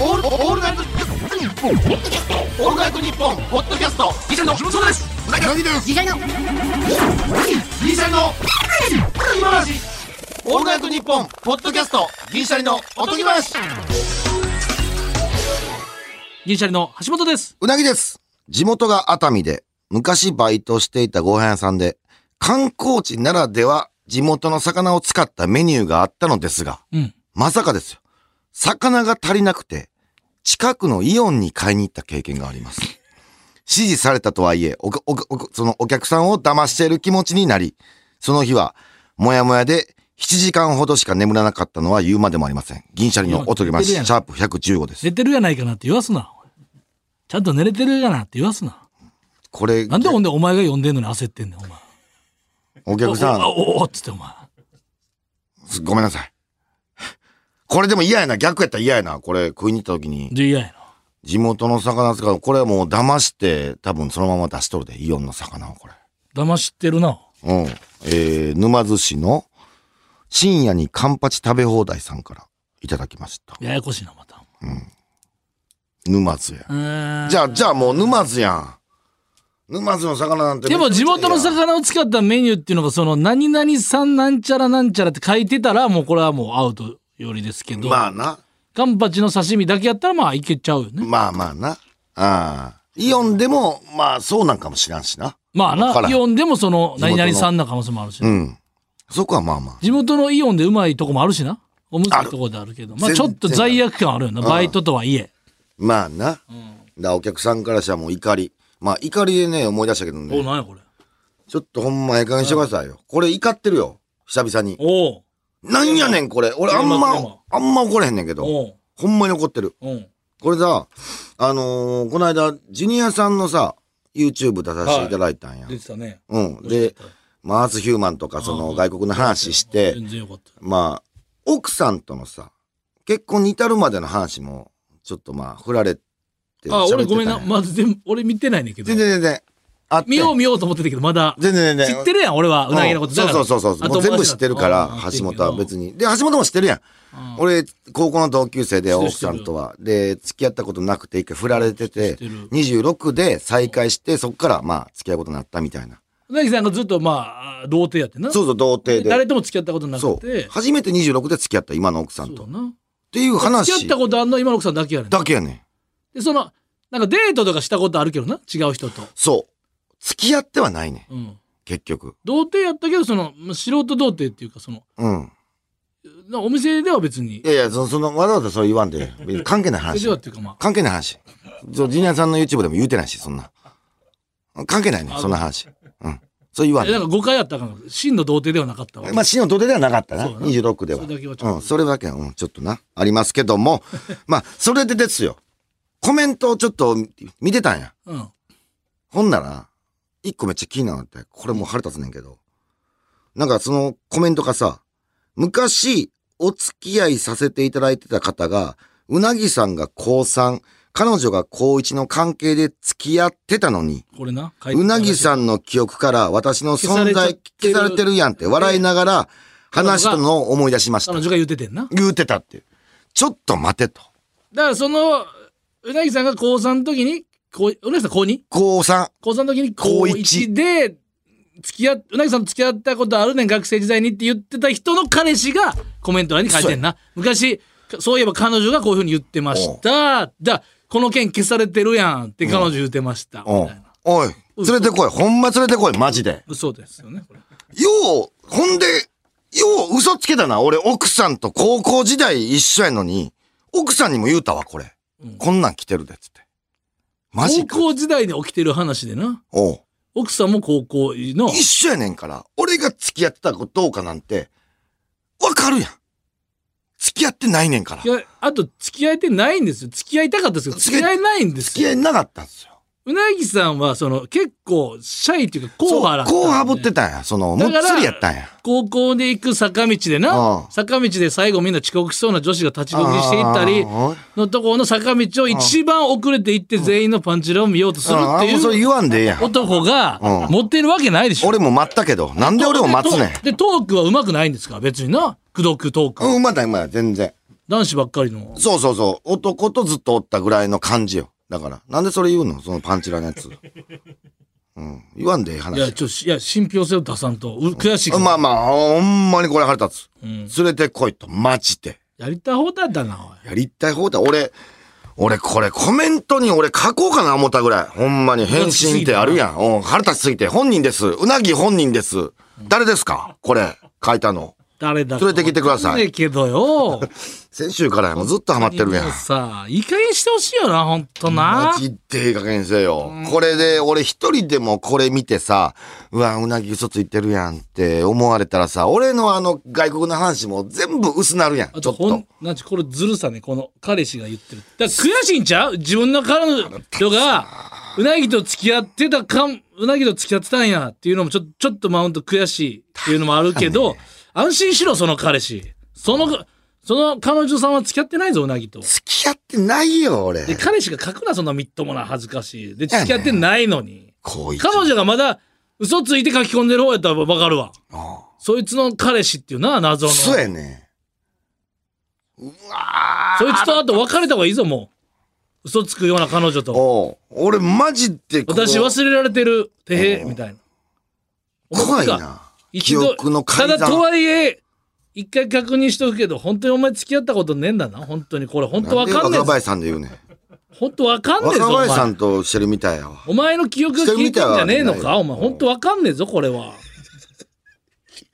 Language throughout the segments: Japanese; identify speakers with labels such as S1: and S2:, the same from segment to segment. S1: オールオールナイトニッポンオールナイトニッポンポッドキャストギシャリの木本壮ですうなぎの
S2: ギシャリの
S1: ギシャリの今話オールナイトニッポンポッドキャストギシャリのおとぎ話
S3: 銀シャリの橋本です。
S4: うなぎです。地元が熱海で、昔バイトしていたご飯屋さんで、観光地ならでは地元の魚を使ったメニューがあったのですが、
S3: うん。
S4: まさかですよ。魚が足りなくて、近くのイオンに買いに行った経験があります。指示されたとはいえ、おかおかおかそのお客さんを騙している気持ちになり、その日は、もやもやで7時間ほどしか眠らなかったのは言うまでもありません。銀シャリのおとぎまし、シャープ115です。
S3: 寝てるやないかなって言わすな。ちゃんと寝れてるやなって言わすな。
S4: これ、
S3: なんでほんでお前が呼んでんのに焦ってんねん、お前。
S4: お客さん
S3: お、おおおっつってお前。
S4: すごめんなさい。これでも嫌やな。逆やったら嫌やな。これ食いに行った時に、
S3: で、嫌やな。
S4: 地元の魚使う。これはもう騙して、多分そのまま出しとるで。イオンの魚をこれ。
S3: 騙してるな。
S4: うん。えー、沼津市の深夜にカンパチ食べ放題さんからいただきました。
S3: ややこしいな、また。
S4: 沼津や。
S3: う
S4: じゃあ、じゃあもう沼津やん。沼津の魚なんて。
S3: でも地元の
S4: いや。
S3: 魚を使ったメニューっていうのが、その、何々さんなんちゃらなんちゃらって書いてたら、もうこれはもうアウトよりですけど、
S4: まあな。
S3: カンパチの刺身だけやったら、まあいけちゃうよね。
S4: まあまあな。ああ。イオンでも、まあそうなんかもしらんしな。
S3: まあ
S4: わから
S3: な、
S4: ん
S3: イオンでもその、
S4: 地元
S3: 何
S4: の
S3: 々さんな可能性もあるし、
S4: うん。そこはまあまあ。
S3: 地元のイオンでうまいとこもあるしな。おむつのとこであるけど、まあ
S4: 全
S3: ち
S4: 然
S3: ょっと罪悪感あるよな、バイトとはいえ。
S4: まあな。だからお客さんからしたらもう怒り。まあ怒りでね、思い出したけど
S3: お、
S4: ね。
S3: なんやこれ。
S4: ちょっとほんまええ加減にしてくださいよ。これ怒ってるよ。久々に。
S3: おう
S4: なんやねんこれ。俺あん
S3: クレーマー
S4: ま
S3: クレーマー、
S4: あんま怒れへんねんけど。
S3: おう
S4: ほんまに怒ってる。
S3: おう
S4: これさ、あのーこの間、ジュニアさんのさ、YouTube 出させていただいたんや。
S3: 出てたね。
S4: うん。で、マースヒューマンとかその外国の話して、
S3: 全然よかった。
S4: まあ、奥さんとのさ、結婚に至るまでの話も、ちょっとまあ、振られて
S3: あ、
S4: 喋ってたんや
S3: 俺ごめんな。まず全部、俺見てないねんけど
S4: 全。然全然。あって
S3: 見よう見ようと思ってたけど、まだ。
S4: 全然全
S3: 知
S4: 然。
S3: ってるやん、俺は。うなぎのこと。
S4: そうそうそうそう。もう全部知ってるから、橋本は
S3: に。
S4: 別に。で、橋本も知ってるやん。俺、高校の同級生で
S3: 知ってる
S4: 奥さんとは。で、付き合ったことなくて、一回振られて
S3: 知っててる、
S4: 26で再会して、そっからまあ、付き合うことになったみたいな。
S3: うなぎさんがずっと、まあ、童貞やってな。
S4: そうそう、童貞で。
S3: 誰とも付き合ったことな
S4: そ
S3: くて
S4: う。。初めて26で付き合った、今の奥さんと。
S3: そう
S4: っ
S3: な。
S4: ていう
S3: 付き合
S4: 話
S3: ったことあんの今の奥さんだけやねん。
S4: だけやねん。
S3: で、その、なんかデートとかしたことあるけどな、違う人と。
S4: そう。付き合ってはないねん。
S3: うん。
S4: 結局。
S3: 童貞やったけど、その、まあ素人童貞っていうか、その、
S4: うん。
S3: なお店では別に
S4: い、やいや、そその、わざわざそう言わんで、別に関係ない
S3: お
S4: 話
S3: 店では。っていうか、まあ、
S4: 関係ない話。そう、ジュニアさんの YouTube でも言うてないし、そんな。関係ないね
S3: あ、
S4: そんな話。うん。そう言わん
S3: え
S4: ね
S3: なんか誤解やったから、真の童貞ではなかったわ。
S4: まあ、死の土手ではなかったな。
S3: そうだな
S4: 26では。
S3: それだけはちょっと
S4: うん、それだけは、うん、ちょっとな。ありますけど も。まあ、それでですよ。コメントをちょっと見てたんや。
S3: うん。
S4: ほんなら、一個めっちゃ気になるって、これもう腹立つねんけど。なんかそのコメントがさ、昔お付き合いさせていただいてた方が、うなぎさんが高3、彼女が高1の関係で付き合ってたのに、
S3: これな、書いて
S4: うなぎさんの記憶から私の存在消
S3: 消さ
S4: さ
S3: れちゃってる
S4: れてるやんって笑いながら話したのを思い出しました
S3: 彼。女が言っててんな。
S4: 言うてたって。ちょっと待てと。
S3: だからその、うなぎさんが高3の時に、高うなぎさん高 2?
S4: 高3、
S3: 高3の時に高
S4: 高
S3: 1
S4: 一
S3: で、付き合っ、うなぎさんと付き合ったことあるねん、学生時代にって言ってた人の彼氏がコメント欄に書いてんな。昔、そういえば彼女がこういうふうに言ってました。じゃあ、この件消されてるやんって彼女言ってました。
S4: う
S3: みたい
S4: ん
S3: な。
S4: おい、連れてこい。ほんま連れてこい、マジで。
S3: 嘘ですよね、これ。
S4: よう、ほんで、よう嘘つけたな。俺、奥さんと高校時代一緒やのに、奥さんにも言うたわ、これ。こんなん来てるで、つって。マジか
S3: 高。校時代で起きてる話でな。
S4: おう
S3: 奥さんも高校の。
S4: 一緒やねんから、俺が付き合ってたかどうかなんて、わかるやん。付き合ってないねんから
S3: い。や、あと、付き合えてないんですよ。付き合いたかったですけど、付
S4: 付き合い
S3: き合えないんです
S4: 付き合
S3: よ。
S4: いなかったんですよ。
S3: うなぎさんは、その、結構、シャイっていうか、硬派だったんで
S4: こうはぶってたんや。その、む
S3: だ
S4: っ
S3: から
S4: つりやったんや。
S3: 高校で行く坂道で
S4: あ
S3: な、
S4: あ
S3: 坂道で最後みんな遅刻しそうな女子が立ちこぎしていったり
S4: あ、ー
S3: のところの坂道を一番遅れて行って全員のパンチラを見ようとする
S4: あ
S3: って
S4: ーもうそれ
S3: いう
S4: 言わんでええやん。
S3: 男が
S4: うん
S3: 持っているわけないでしょ。
S4: 俺も待ったけど、なんで俺も待つねん
S3: で、トークは上手くないんですから、別にな。くどくトーク。
S4: うん、まだ今全然。
S3: 男子ばっかりの。
S4: そうそうそう。男とずっとおったぐらいの感じよ。だから。なんでそれ言うのそのパンチラのやつ。うん。言わんでええ
S3: いや、
S4: 話。
S3: ちょっと、いや、信憑性を出さんと、う悔しいから
S4: まあまあ、ほんまにこれ腹立
S3: うん
S4: つ。連れてこいと、マジで。
S3: やりたい方だったな、おい。
S4: やりたい方だ。俺、俺これコメントに俺書こうかな思ったぐらい。ほんまに返信ってあるやん。うん。腹立ちすぎて。本人です。うなぎ本人です。誰ですかこれ、書いたの。
S3: 誰だか
S4: 連れてきてください
S3: わかんねえけど よ。
S4: 先週からもうずっとハマってるやん
S3: もう。さあ、いい加減してほしいよな、ほんとな
S4: マ。ジでいい加減にせよ。これで、俺一人でもこれ見てさ、うわ、うなぎ嘘ついてるやんって思われたらさ、俺のあの外国の話も全部薄なるやん。
S3: あ
S4: ちょ
S3: と、
S4: っ
S3: ほ
S4: と
S3: ん。、なんちゅう、これずるさね、この彼氏が言ってる。だから悔しいんちゃう自分の彼女が、うなぎと付き合ってたかん、うなぎと付き合ってたんやっていうのも、ちょ、ちょっとマウント悔しいっていうのもあるけど、安心しろ、その彼氏。その、その彼女さんは付き合ってないぞ、うなぎと。
S4: 付き合ってないよ、俺。
S3: で、彼氏が書くな、そんなみっともな、恥ずかしい。で、付き合ってないのに。
S4: こういつ
S3: 彼女がまだ嘘ついて書き込んでる方やったらわかるわ。
S4: あ
S3: そいつの彼氏っていうな、謎
S4: あ
S3: の。
S4: そうやね。うわー
S3: そいつとあと別れた方がいいぞ、もう。嘘つくような彼女と。
S4: おう俺マジでここ
S3: 私忘れられてる、てへ、
S4: うん
S3: みたいな。
S4: 怖い
S3: 思った。
S4: な。記
S3: 一度
S4: 憶の
S3: た
S4: 改
S3: だ
S4: ざん。
S3: とはいえ、一回確認しとくけど、本当にお前付き合ったことねえんだな。本当にこれ、本当
S4: なん
S3: わ
S4: で
S3: かんね
S4: 若
S3: えぞ。
S4: 林さんで言うねん。
S3: 本当わかんね
S4: 若
S3: えぞ、お前
S4: 林さんとしてるみたいやわ。
S3: お前の記憶が聞いてんじゃねえの
S4: してみたら
S3: かお前、ほんとわかんねえぞ、これは。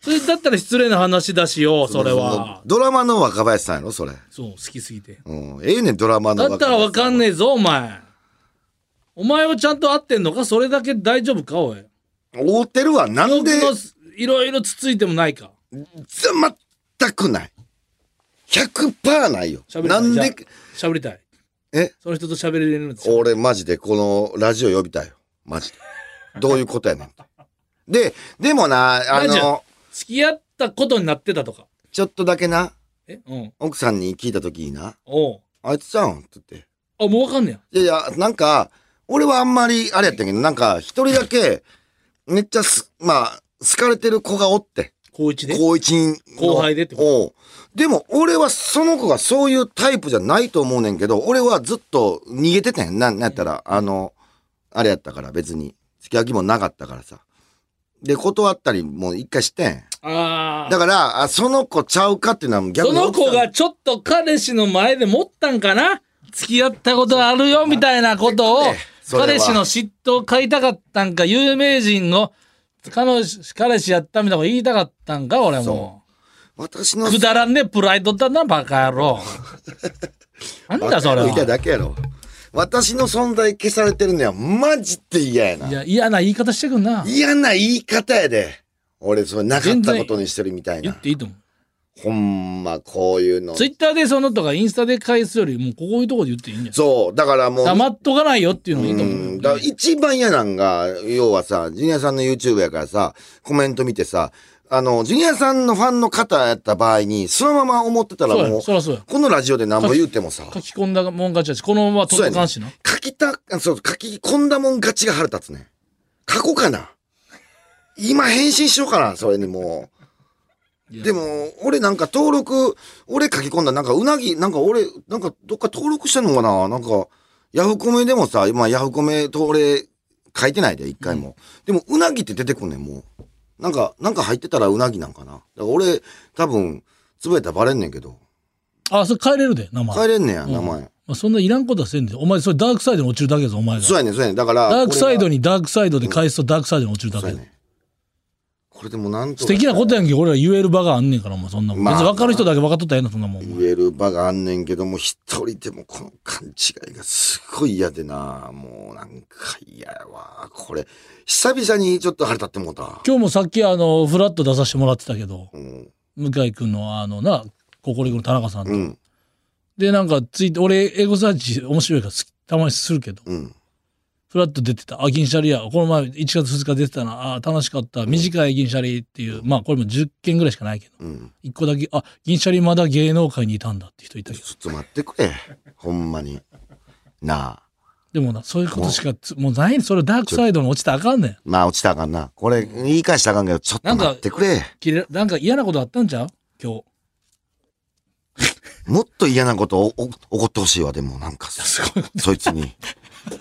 S3: それだったら失礼な話だしよ、それは。
S4: ドラマの若林さんやろ、それ。
S3: そう、好きすぎて。
S4: うん。ええねん、ドラマの
S3: だ
S4: 若林
S3: っ
S4: さ
S3: た
S4: ん。
S3: らわかんねえぞ、お前。お前はちゃんと合ってんのかそれだけ大丈夫かおい。
S4: 覆ってるわ。な
S3: 記
S4: ん
S3: 憶
S4: で
S3: のすいろいろつついてもないか。
S4: 全くない。100%ないよ。
S3: 喋りた
S4: ないん
S3: じゃ
S4: で、
S3: あ喋りたい。
S4: え
S3: その人と喋れるんですよ。
S4: 俺マジでこのラジオ呼びたいよ。マジで。どういうことやねん。 で、でもな、あ
S3: ラジオ
S4: の、
S3: 付き合ったことになってたとか。
S4: ちょっとだけな、
S3: えうん。
S4: 奥さんに聞いたときにな、
S3: おう。
S4: あいつちゃうんって言って。
S3: あ、もうわかんねや。
S4: いやいや、なんか、俺はあんまり、あれやったんやけど、なんか、一人だけ、めっちゃす、まあ、好かれてる子がおって。
S3: 高一で。
S4: 高一の
S3: 後輩でってこ
S4: おうでも、俺はその子がそういうタイプじゃないと思うねんけど、俺はずっと逃げてたんやん。なんなんやったら、あの、あれやったから別に、付き合う気もなかったからさ。で、断ったりもう一回してん。
S3: ああ。
S4: だから、あ、その子ちゃうかっていうのはもう逆
S3: そ
S4: に。
S3: の子がちょっと彼氏の前で持ったんかな付き合ったことあるよみたいなことを
S4: それは
S3: 彼氏の嫉妬を買いたかったんか有名人の彼氏彼氏やったみたいなこと言いたかったんか俺も
S4: 私の
S3: くだらんねプライドだなバカ野 郎なんだそれ
S4: いた
S3: は。
S4: だけやろ。私の存在消されてるのはマジで嫌やない
S3: や嫌な言い方してくんな
S4: 嫌な言い方やで。俺、それなかったことにしてるみたい
S3: 言
S4: な
S3: っ。ていいと思う
S4: ほんま、こういうの。
S3: ツイッターでそのとかインスタで返すよりもうこういうとこで言っていいんじゃ
S4: そう、だからもう。
S3: ない黙っとかないよっていうのがいいと
S4: う
S3: 思
S4: ん
S3: う
S4: だから一番嫌なんが、要はさ、ジュニアさんの YouTube やからさ、コメント見てさ、あの、ジュニアさんのファンの方やった場合に、そのまま思ってたら
S3: そう
S4: もう
S3: や、そりゃそうや
S4: このラジオで何も言うてもさ、
S3: 書き込んだもん勝ちだしこのまま届かんしな
S4: 書きた、そう、書き込んだもん勝ちが腹立つね。書こうかな。今返信しようかな、それにも。
S3: いうや
S4: でも、俺なんか登録、俺書き込んだ、なんかうなぎ、なんか俺、なんかどっか登録してんのかななんか、ヤフコメでもさ、今ヤフコメと俺書いてないで、一回も。でも、うなぎって出てくんねん、もう。なんか、なんか入ってたらうなぎなんかな。だから俺、多分、つぶやいたらバレんねんけど。
S3: あ、それ変えれるで、名前。
S4: 帰れんねや、名
S3: うん
S4: 前。
S3: まあ、そんないらんことはせんで。お前、それダークサイドに落ちるだけやぞ、お前が
S4: そう。やねん、そうやねん。だから、
S3: ダークサイド
S4: に。
S3: にダークサイドで返すとダークサイドに落ちるだ
S4: そう
S3: け
S4: や
S3: や
S4: ねん。これでもなんと
S3: 素
S4: か
S3: 敵なことやんけ、俺ら言える場があんねんから、もうそんなもん。
S4: まあ
S3: 別に分かる人だけ分かっとったらええの、そんなもん。お前
S4: 言える場があんねんけども、一人でもこの勘違いがすごい嫌でな。もうなんか嫌やわ。これ、久々にちょっと腹立ってもうた。
S3: 今日もさっき、あの、フラット出させてもらってたけど、
S4: うん。
S3: 向井君の、あの、な、ココリ君の田中さんと。
S4: うん。
S3: で、なんか、ついて、俺、英語サーチ面白いから好きたまにするけど、
S4: うん。
S3: フラット出てた、あ、銀シャリや。この前、1月2日出てたな、あ、楽しかった、短い銀シャリっていう、まあ、これも10件ぐらいしかないけど。
S4: うん。
S3: 一個だけ、あ、銀シャリまだ芸能界にいたんだって人いたけど。
S4: ちょっと待ってくれ。ほんまに。なあ。
S3: でもな、そういうことしかつ、もうないねんそれダークサイドに落ちたらあかんねん。
S4: まあ落ちたらあかんな。これ、言い返したらあかんけど、ちょっと待ってくれ。
S3: 切れ、なんか嫌なことあったんちゃう今日。
S4: もっと嫌なことをお怒ってほしいわ、でもなんか、そ
S3: すごい。
S4: いつに。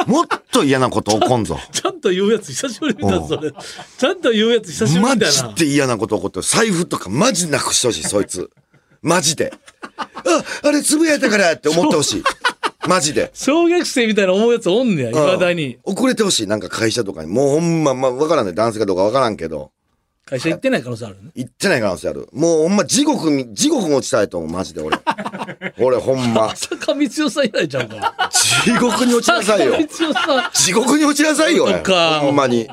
S4: もっと嫌なこと起こんぞ。
S3: ちゃんと言うやつ久しぶりだ、
S4: うん
S3: それ。ちゃんと言うやつ久しぶ
S4: マ
S3: りだ
S4: ジ
S3: な。
S4: で嫌なこと起こってる。財布とかマジなくしてほしい、そいつ。マジで。あ、あれつぶやいたからって思ってほしい。マジで。
S3: 小学生みたいな思うやつおんねや、いまだに。
S4: うん遅れてほしい。なんか会社とかに。もうほんま、まあ、わからんね。男性かどうかわからんけど。
S3: 会社行ってない可能性あるね。
S4: 行ってない可能性ある。もうほんま地獄に、地獄に落ちたいと思う、マジで俺。俺ほんま。
S3: 坂道夫さん以来ちゃうか。
S4: 地獄に落ちなさいよ
S3: 坂。道夫さん、
S4: 地獄に落ちなさいよ、
S3: そっか
S4: ほんまに。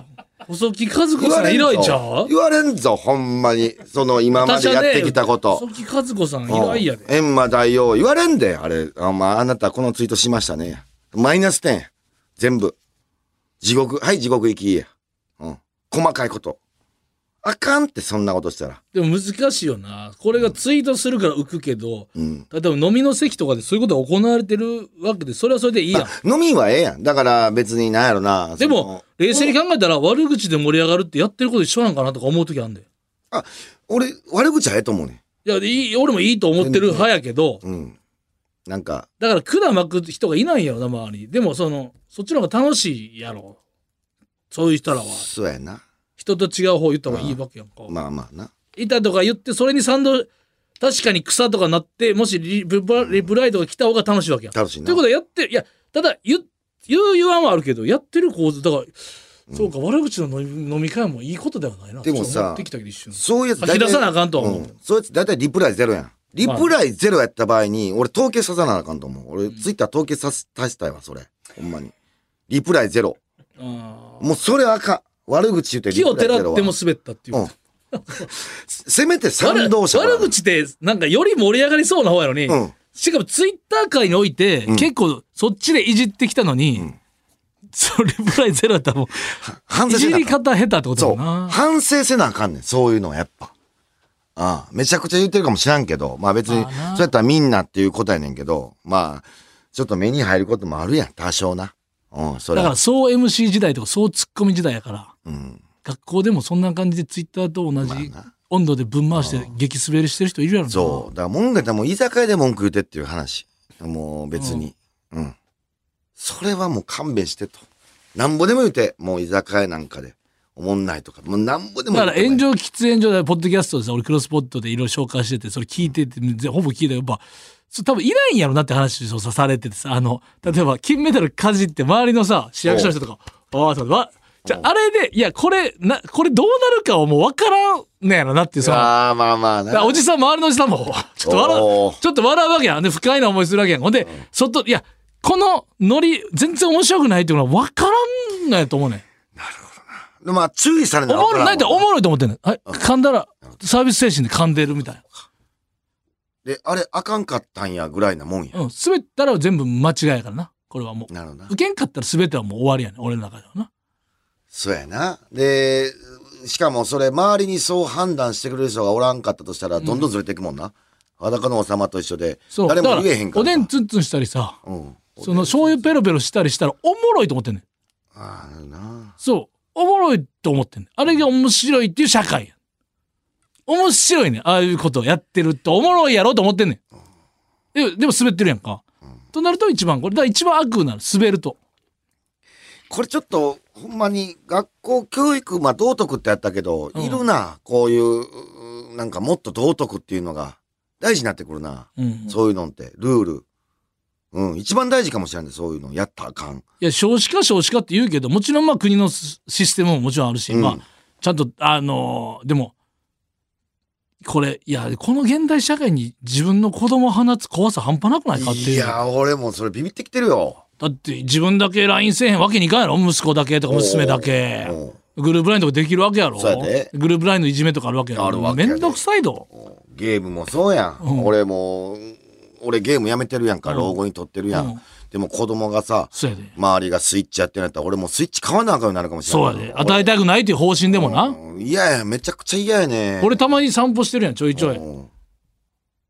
S3: 細木和子さん以
S4: ぞ
S3: 来ちゃう
S4: 言われんぞ、ほんまに。その今までやってきたこと。
S3: 細木和子さん以
S4: うん
S3: 来やで。
S4: 閻魔大王、言われんで、あれ。あ、まあ、あなたこのツイートしましたね。マイナス点。全部。地獄、はい、地獄行きや。うん。細かいこと。あかんって、そんなことしたら。
S3: でも難しいよな。これがツイートするから浮くけど、
S4: うん。
S3: 例えば飲みの席とかでそういうことが行われてるわけで、それはそれでいいやん。
S4: 飲みはええやん。だから別になんやろな。
S3: で
S4: そ
S3: も
S4: の、
S3: 冷静に考えたら悪口で盛り上がるってやってること一緒なんかなとか思う時あんで。
S4: あ、俺、悪口はええと思うね
S3: いや、いい、俺もいいと思ってる派やけど、
S4: ん。うん。なんか、
S3: だから管巻く人がいないんやろな、周りに。でも、その、そっちの方が楽しいやろ。そういう人らは。
S4: そうやな。
S3: 人と違う方言った方がいいわけやんか。
S4: まあまあな。
S3: 板とか言って、それに賛同、確かに草とかなって、もしリブラリプライドが来た方が楽しいわけやん。
S4: 楽しいな。
S3: ということはやっていやただ言う言う言わんはあるけどやってる構図だから、そうか悪口の飲み飲み会もいいことではないな
S4: でもさ
S3: ちょっと思ってきたけど一瞬
S4: そういうやつ
S3: 吐き出さなあかんとは思う
S4: そういうやつ大体リプライゼロやん。リプライゼロやった場合に、俺凍結させなあかんと思う。俺ツイッター凍結させさせたいわ、それ。ほんまに。リプライゼロ。
S3: あー
S4: もうそれはあかん。悪口言って
S3: 木
S4: リ
S3: を
S4: プライゼロ
S3: 照ら
S4: は。
S3: っても滑ったっていう、
S4: うん。せめて賛
S3: 悪
S4: 同者から
S3: 悪口ってなんかより盛り上がりそうな方やのに、
S4: うん
S3: しかもツイッター界において、
S4: ん
S3: 結構そっちでいじってきたのに、それプライゼロやったらも
S4: 反
S3: うい
S4: 省せ
S3: じ
S4: なあ
S3: り
S4: かん。
S3: 方下手ってこと
S4: そう。
S3: だな
S4: 反省せなあかんねん。そういうのはやっぱ。ああめちゃくちゃ言ってるかもしらんけど、まあ別に、
S3: ま
S4: そ
S3: あ
S4: う
S3: な
S4: やったらみんなっていうことやねんけど、まあ、ちょっと目に入ることもあるやん、多少な。うん、それ
S3: だ
S4: は
S3: からそう MC 時代とかそうツッコミ時代やから
S4: うん。
S3: 学校でもそんな感じでツイッターと同
S4: まあ
S3: じ
S4: な
S3: 温度でぶん回して激滑りしてる人いるやろな
S4: そう。だから文句言ったらもう居酒屋で文句言ってっていう話。もう別に。うん。それはもう勘弁してと。なんぼでも言うて、もう居酒屋なんかで。おもんないとか。もうなんぼでも言
S3: だか
S4: う
S3: ら
S4: て
S3: 炎上喫煙所でポッドキャストでさ俺クロスポットでいろいろ紹介しててそれ聞いててぜほぼ聞いたけどやっぱそう多分いないんやろなって話をさされててさあの例えば金メダルかじって周りのさ市役所の人とか「わあ」とかわじゃああれでいやこれなこれどうなるかをもう分からんねやろなっていうそのだか
S4: ああ、まあまあ
S3: ら
S4: な。
S3: おじさん周りのおじさんも ちょっと
S4: お
S3: 笑う
S4: ー
S3: ちょっと笑うわけやんで不快な思いするわけやんほんで外いやこのノリ全然面白くないっていうのは分からんのやと思うねん。
S4: でまあ注意されな
S3: おもろい、なんでお
S4: 思
S3: もろいと思ってんのはい、噛んだら、サービス精神で噛んでるみたいな。
S4: で、あれあかんかったんやぐらいなもんや。
S3: うん、滑ったら全部間違いやからな。これはもう。
S4: なるほどな。
S3: 受けんかったら全てはもう終わりやね俺の中ではな。
S4: そうやな。で、しかもそれ周りにそう判断してくれる人がおらんかったとしたら、どんどんずれていくもんな。裸の王様と一緒で、
S3: そう。
S4: 誰も言えへ
S3: だ
S4: ん
S3: か
S4: からら
S3: お
S4: な。
S3: でんツンツンしたりさ、
S4: うん。
S3: その醤油ペロペロしたりしたらおもろいと思ってんねん。
S4: ああ、なるな。
S3: そう。おもろいと思ってんねん。あれが面白いっていう社会や。面白いねん。ああいうことをやってるっておもろいやろと思ってんねん。ででも滑ってるやんか。となると一番これ。だから一番悪になる。滑ると。
S4: これちょっと、ほんまに、学校教育、まあ、道徳ってやったけど、いるな、こういうう、なんかもっと道徳っていうのが、大事になってくるな。
S3: うん。
S4: そういうのって、ルール。うん、一番大事かもしれない、そういうの。やったらあかん。
S3: いや少子化少子化って言うけどもちろんまあ国のシシステムももちろんあるし、
S4: うん
S3: まあちゃんとあのーでもこれいやこの現代社会に自分の子供を放つ怖さ半端なくないかっていう
S4: いや、俺もそれビビってきてるよ。
S3: だって自分だけ LINE せえへんわけにいかんやろ息子だけとか娘だけ
S4: おう
S3: グループ LINE とかできるわけやろ
S4: そうやで
S3: グループ LINE のいじめとかあるわけやろ
S4: あるわけや
S3: め
S4: で
S3: んどくさいど
S4: おうゲームもそうやん。
S3: うん
S4: 俺も、俺ゲームやめてるやんか、老後にとってるやん。
S3: うん
S4: でも子供がさ、
S3: そうやで
S4: 周りがスイッチやってんやったら、俺もスイッチ買わなあかんようになるかもしれ
S3: そ
S4: な
S3: う
S4: い。
S3: やで与えたくないっていう方針でもな、
S4: うん嫌やめちゃくちゃ嫌やね
S3: 俺たまに散歩してるやんちょいちょい、
S4: うん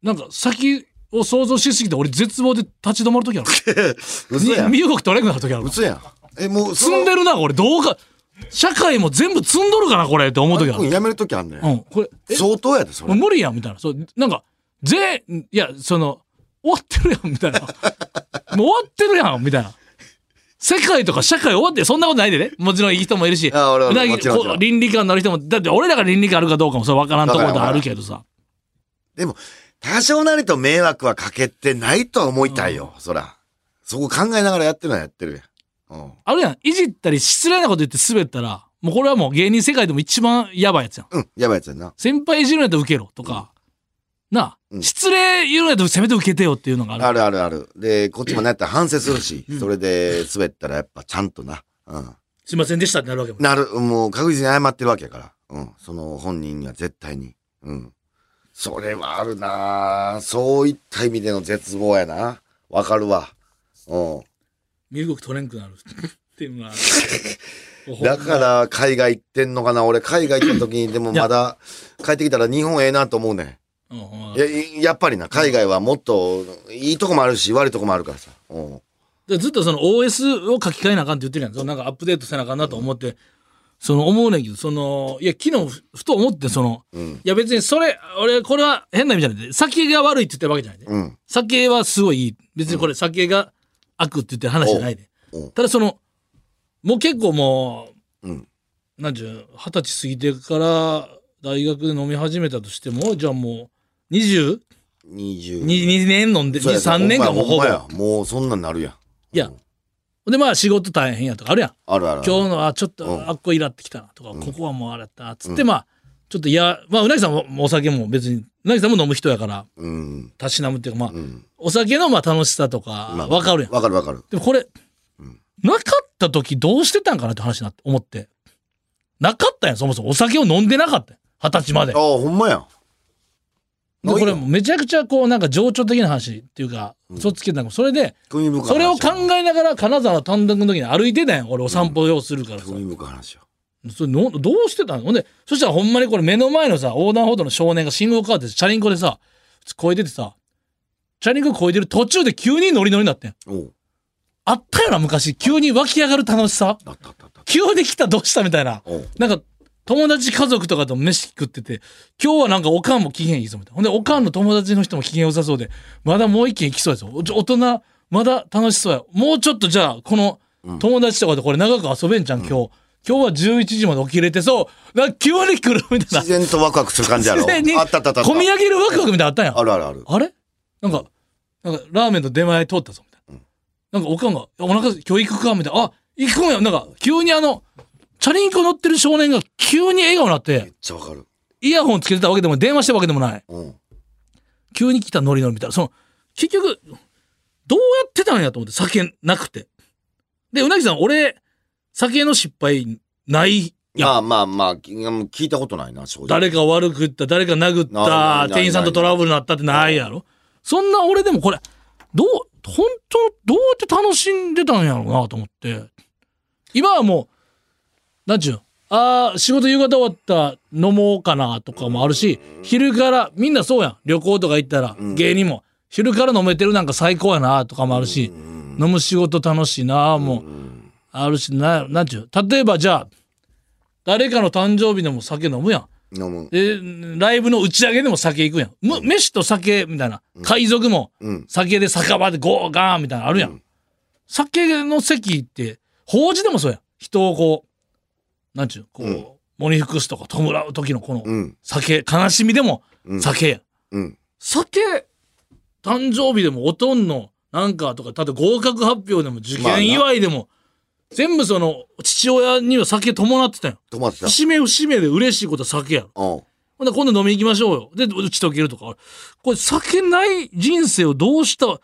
S3: なんか先を想像しすぎて俺絶望で立ち止まる時ある
S4: 嘘やん
S3: 身動き取れなくなる時ある
S4: 嘘やんえもう
S3: 積んでるなこれどうか社会も全部積んどるかなこれって思う時あ
S4: 君
S3: る
S4: やめる時あんね
S3: うんんこれえ
S4: 相当やでそ
S3: もう
S4: れ
S3: 無理やんみたいなそうなんか全いやその終わってるやん、みた いな。もう終わってるやん、みたいな。世界とか社会終わって、そんなことないでね。もちろんいい人もいるし、
S4: あ俺は
S3: な
S4: もちろんもちろん
S3: こう倫理観のある人も、だって俺らが倫理観あるかどうかもそれ分からんところであるけどさ。
S4: でも、多少なりと迷惑はかけてないとは思いたいよ、そら。そこ考えながらやってるのはやってるやん。うん。
S3: あるやん、いじったり失礼なこと言って滑ったら、もうこれはもう芸人世界でも一番やばいやつやん。
S4: うん、やばいやつやんな。
S3: 先輩いじるんやったら受けろとか、なあ、
S4: うん
S3: 失礼言うんやったらせめて受けてよっていうのがある。
S4: あるあるある。で、こっちもなんやったら反省するし、それで滑ったらやっぱちゃんとな。うん。
S3: すいませんでしたってなるわけも。
S4: なる、もう確実に謝ってるわけやから。うん。その本人には絶対に。うん。それはあるなぁそういった意味での絶望やな。わかるわ。うん。
S3: 身動き取れんくなるっていうのが ある。
S4: だから海外行ってんのかな俺海外行った時にでもまだ帰ってきたら日本ええなと思うね
S3: うん、うん
S4: ん。いや、いやっぱりな、海外はもっといいとこもあるし悪いとこもあるからさ。うん。
S3: でずっとその OS を書き換えなあかんって言ってるやんそのなんかアップデートせなあかんなと思って、その思うねんけどそのいや昨日ふふと思ってその、
S4: ん
S3: いや別にそれ俺これは変な意味じゃないで酒が悪いって言ってるわけじゃないで、
S4: うん。
S3: 酒はすごいいい別にこれ酒が悪って言ってる話じゃないで、
S4: おう
S3: ただそのもう結構も
S4: うん。
S3: う何ていう二十歳過ぎてから大学で飲み始めたとしてもじゃあもう2022
S4: 20。
S3: 年飲んで
S4: そうやな
S3: 3年間もう
S4: ほ
S3: ほ
S4: ん
S3: ぼ
S4: まやほんまやもうそんなんなるやん。
S3: いやでまあ仕事大変やとかあるやん
S4: あるあるある。
S3: 今日のあちょっ
S4: うん
S3: とあっこイラってきたなとか、ここはもうあれだったなっつって、まあちょっといやまあうなぎさんもお酒も別にうなぎさんも飲む人やから
S4: うん。
S3: たしなむっていうかまあ、
S4: うん。
S3: お酒のまあ楽しさとか
S4: まあ
S3: わかるやん、
S4: わかるわかる。
S3: でもこれ、なかった時どうしてたんかなって話になって思ってなかったやんそもそもお酒を飲んでなかったやん二十歳まで
S4: ああ、ほんまや。
S3: で
S4: ない
S3: こ
S4: よ
S3: れもうめちゃくちゃこうなんか情緒的な話っていうか嘘つけてたんかそれで
S4: 興味深い話
S3: それを考えながら金沢の単独の時に歩いてたやん俺お散歩用するからさ、
S4: 興味深い話よ。
S3: それのどうしてたのほんでそしたらほんまにこれ目の前のさ横断歩道の少年が信号変わってチャリンコでさ越えててさチャリンコ越えてる途中で急にノリノリになってん
S4: おう。
S3: あったよな昔急に湧き上がる楽しさ
S4: だったあったあった。
S3: 急に来たどうしたみたいな
S4: おう。
S3: なんか友達家族とかと飯食ってて今日はなんかおかんも機嫌いいぞみたいなほんでおかんの友達の人も機嫌良さそうでまだもう一軒行きそうやぞおちょ大人まだ楽しそうやもうちょっとじゃあこの友達とかとこれ長く遊べんじゃん今日、今日は11時まで起きれてそうなんか急に来るみたいな
S4: 自然とワクワクする感じやろ。
S3: 自然に
S4: あったあったあったあった。
S3: 込み上げるワクワクみたいなのあったんや
S4: あるあるある。
S3: あれなんか、なんかラーメンの出前通ったぞ、みたいな。なんかおかんが、お腹す今日行くか、みたいな。あ、行くんや。なんか、急にあの、チャリンコ乗ってる少年が急に笑顔になっ
S4: め
S3: て
S4: っ、ちゃわかる。
S3: イヤホンつけてたわけでも、電話してるわけでもない。
S4: うん。
S3: 急に来たノリノリみたいな。その、結局、どうやってたんやと思って、酒なくて。で、うなぎさん、俺、酒の失敗ないやん
S4: まあまあまあ、き聞いたことないな、正直。
S3: 誰か悪く言った、誰か殴っ
S4: ないないな
S3: た
S4: い、
S3: 店員さんとトラブルになったってないやろ。そんな俺でもこれ、どう、本当どうやって楽しんでたんやろうなと思って。今はもう、なんちゅうのああ、仕事夕方終わった、飲もうかなとかもあるし、昼から、みんなそうやん。旅行とか行ったら、芸人も、昼から飲めてるなんか最高やなとかもあるし、飲む仕事楽しいなもう、あるし、な、なんちゅうの例えばじゃあ、誰かの誕生日でも酒飲むやん。
S4: 飲む。
S3: で、ライブの打ち上げでも酒行くやん。む、飯と酒みたいな。海賊も
S4: うん、
S3: 酒で酒場でゴーガーンみたいなのあるやん。酒の席って、法事でもそうやん。人をこう、なんちゅう、こう、
S4: うん
S3: 喪に服すとか弔う時のこの
S4: うん。
S3: 酒、悲しみでも酒やん。
S4: うん。
S3: 酒、誕生日でもおとんのなんかとか、ただ合格発表でも受験祝いでも、全部その、父親には酒伴ってたやん。
S4: 止まってた。
S3: 節目節目で嬉しいことは酒やろ。
S4: うん。
S3: ほんなら今度飲み行きましょうよ。で、打ち解けるとか。これ酒ない人生をどうした、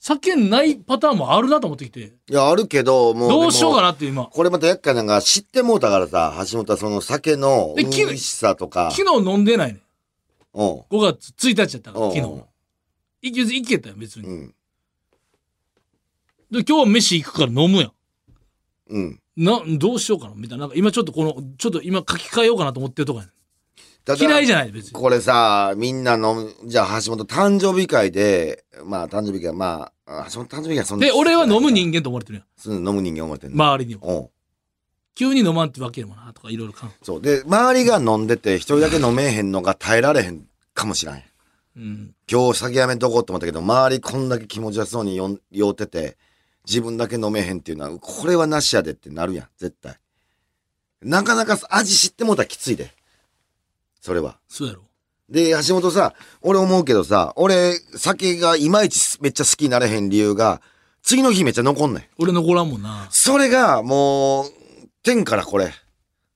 S3: 酒ないパターンもあるなと思ってきて、
S4: いや、あるけど、もう。
S3: どうしようか
S4: な。
S3: なって今。
S4: これまた厄介なんか知ってもうたからさ、橋本はその酒の
S3: で
S4: 美
S3: 昨日
S4: 味しさとか。
S3: 昨日飲んでないね。
S4: うん。
S3: 5月1日やったから、
S4: うん
S3: 昨日。いけ、いけたよ、別に。
S4: うん。
S3: で、今日は飯行くから飲むやん。
S4: うん。
S3: な、どうしようかなみたいな。なんか今ちょっとこの、ちょっと今書き換えようかなと思ってるとか、ねん、
S4: ただ
S3: 嫌いじゃない、別に。
S4: これさ、みんなの、じゃあ橋本誕生日会で、まあ誕生日会、まあ、橋本誕生日会はそんな。
S3: で、俺は飲む人間と思われてるやん。
S4: そう飲む人間思ってんの。
S3: 周りにも。
S4: うん。
S3: 急に飲まんってわけでもな、とかいろいろ考え
S4: そう。で、周りが飲んでて、一人だけ飲めへんのが耐えられへんかもしらん。
S3: うん。
S4: 今日酒やめとこうと思ったけど、周りこんだけ気持ち悪そうによん酔ってて、自分だけ飲めへんっていうのは、これはなしやでってなるやん、絶対。なかなか味知ってもうたらきついで。それは。
S3: そうやろ。
S4: で、橋本さ、俺思うけどさ、俺、酒がいまいちめっちゃ好きになれへん理由が、次の日めっちゃ残んねん。
S3: 俺残らんもんな。
S4: それが、もう、天からこれ。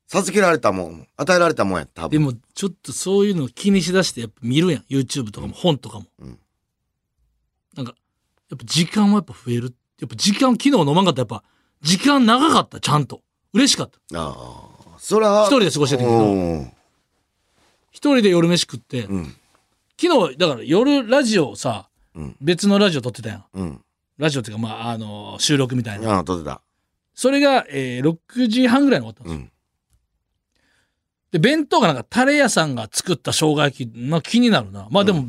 S4: 授けられたもん、与えられたもんや、多分。
S3: でも、ちょっとそういうの気にしだして、やっぱ見るやん。YouTube とかも、本とかも。
S4: うん
S3: なんか、やっぱ時間はやっぱ増える。やっぱ時間、昨日飲まんかったらやっぱ、時間長かった、ちゃんと。嬉しかった。
S4: ああ。それは。
S3: 一人で過ごしてたけど
S4: うん
S3: 一人で夜飯食って、
S4: うん。
S3: 昨日、だから夜ラジオさ、
S4: うん
S3: 別のラジオ撮ってたやん。
S4: うん。
S3: ラジオっていうか、まあ、あの収録みたいな。
S4: ああ、撮ってた。
S3: それが、えー6時半ぐらいに終わったんです
S4: う
S3: よ
S4: ん。
S3: で、弁当がなんか、タレ屋さんが作った生姜焼き、まあ気になるな。まあでも、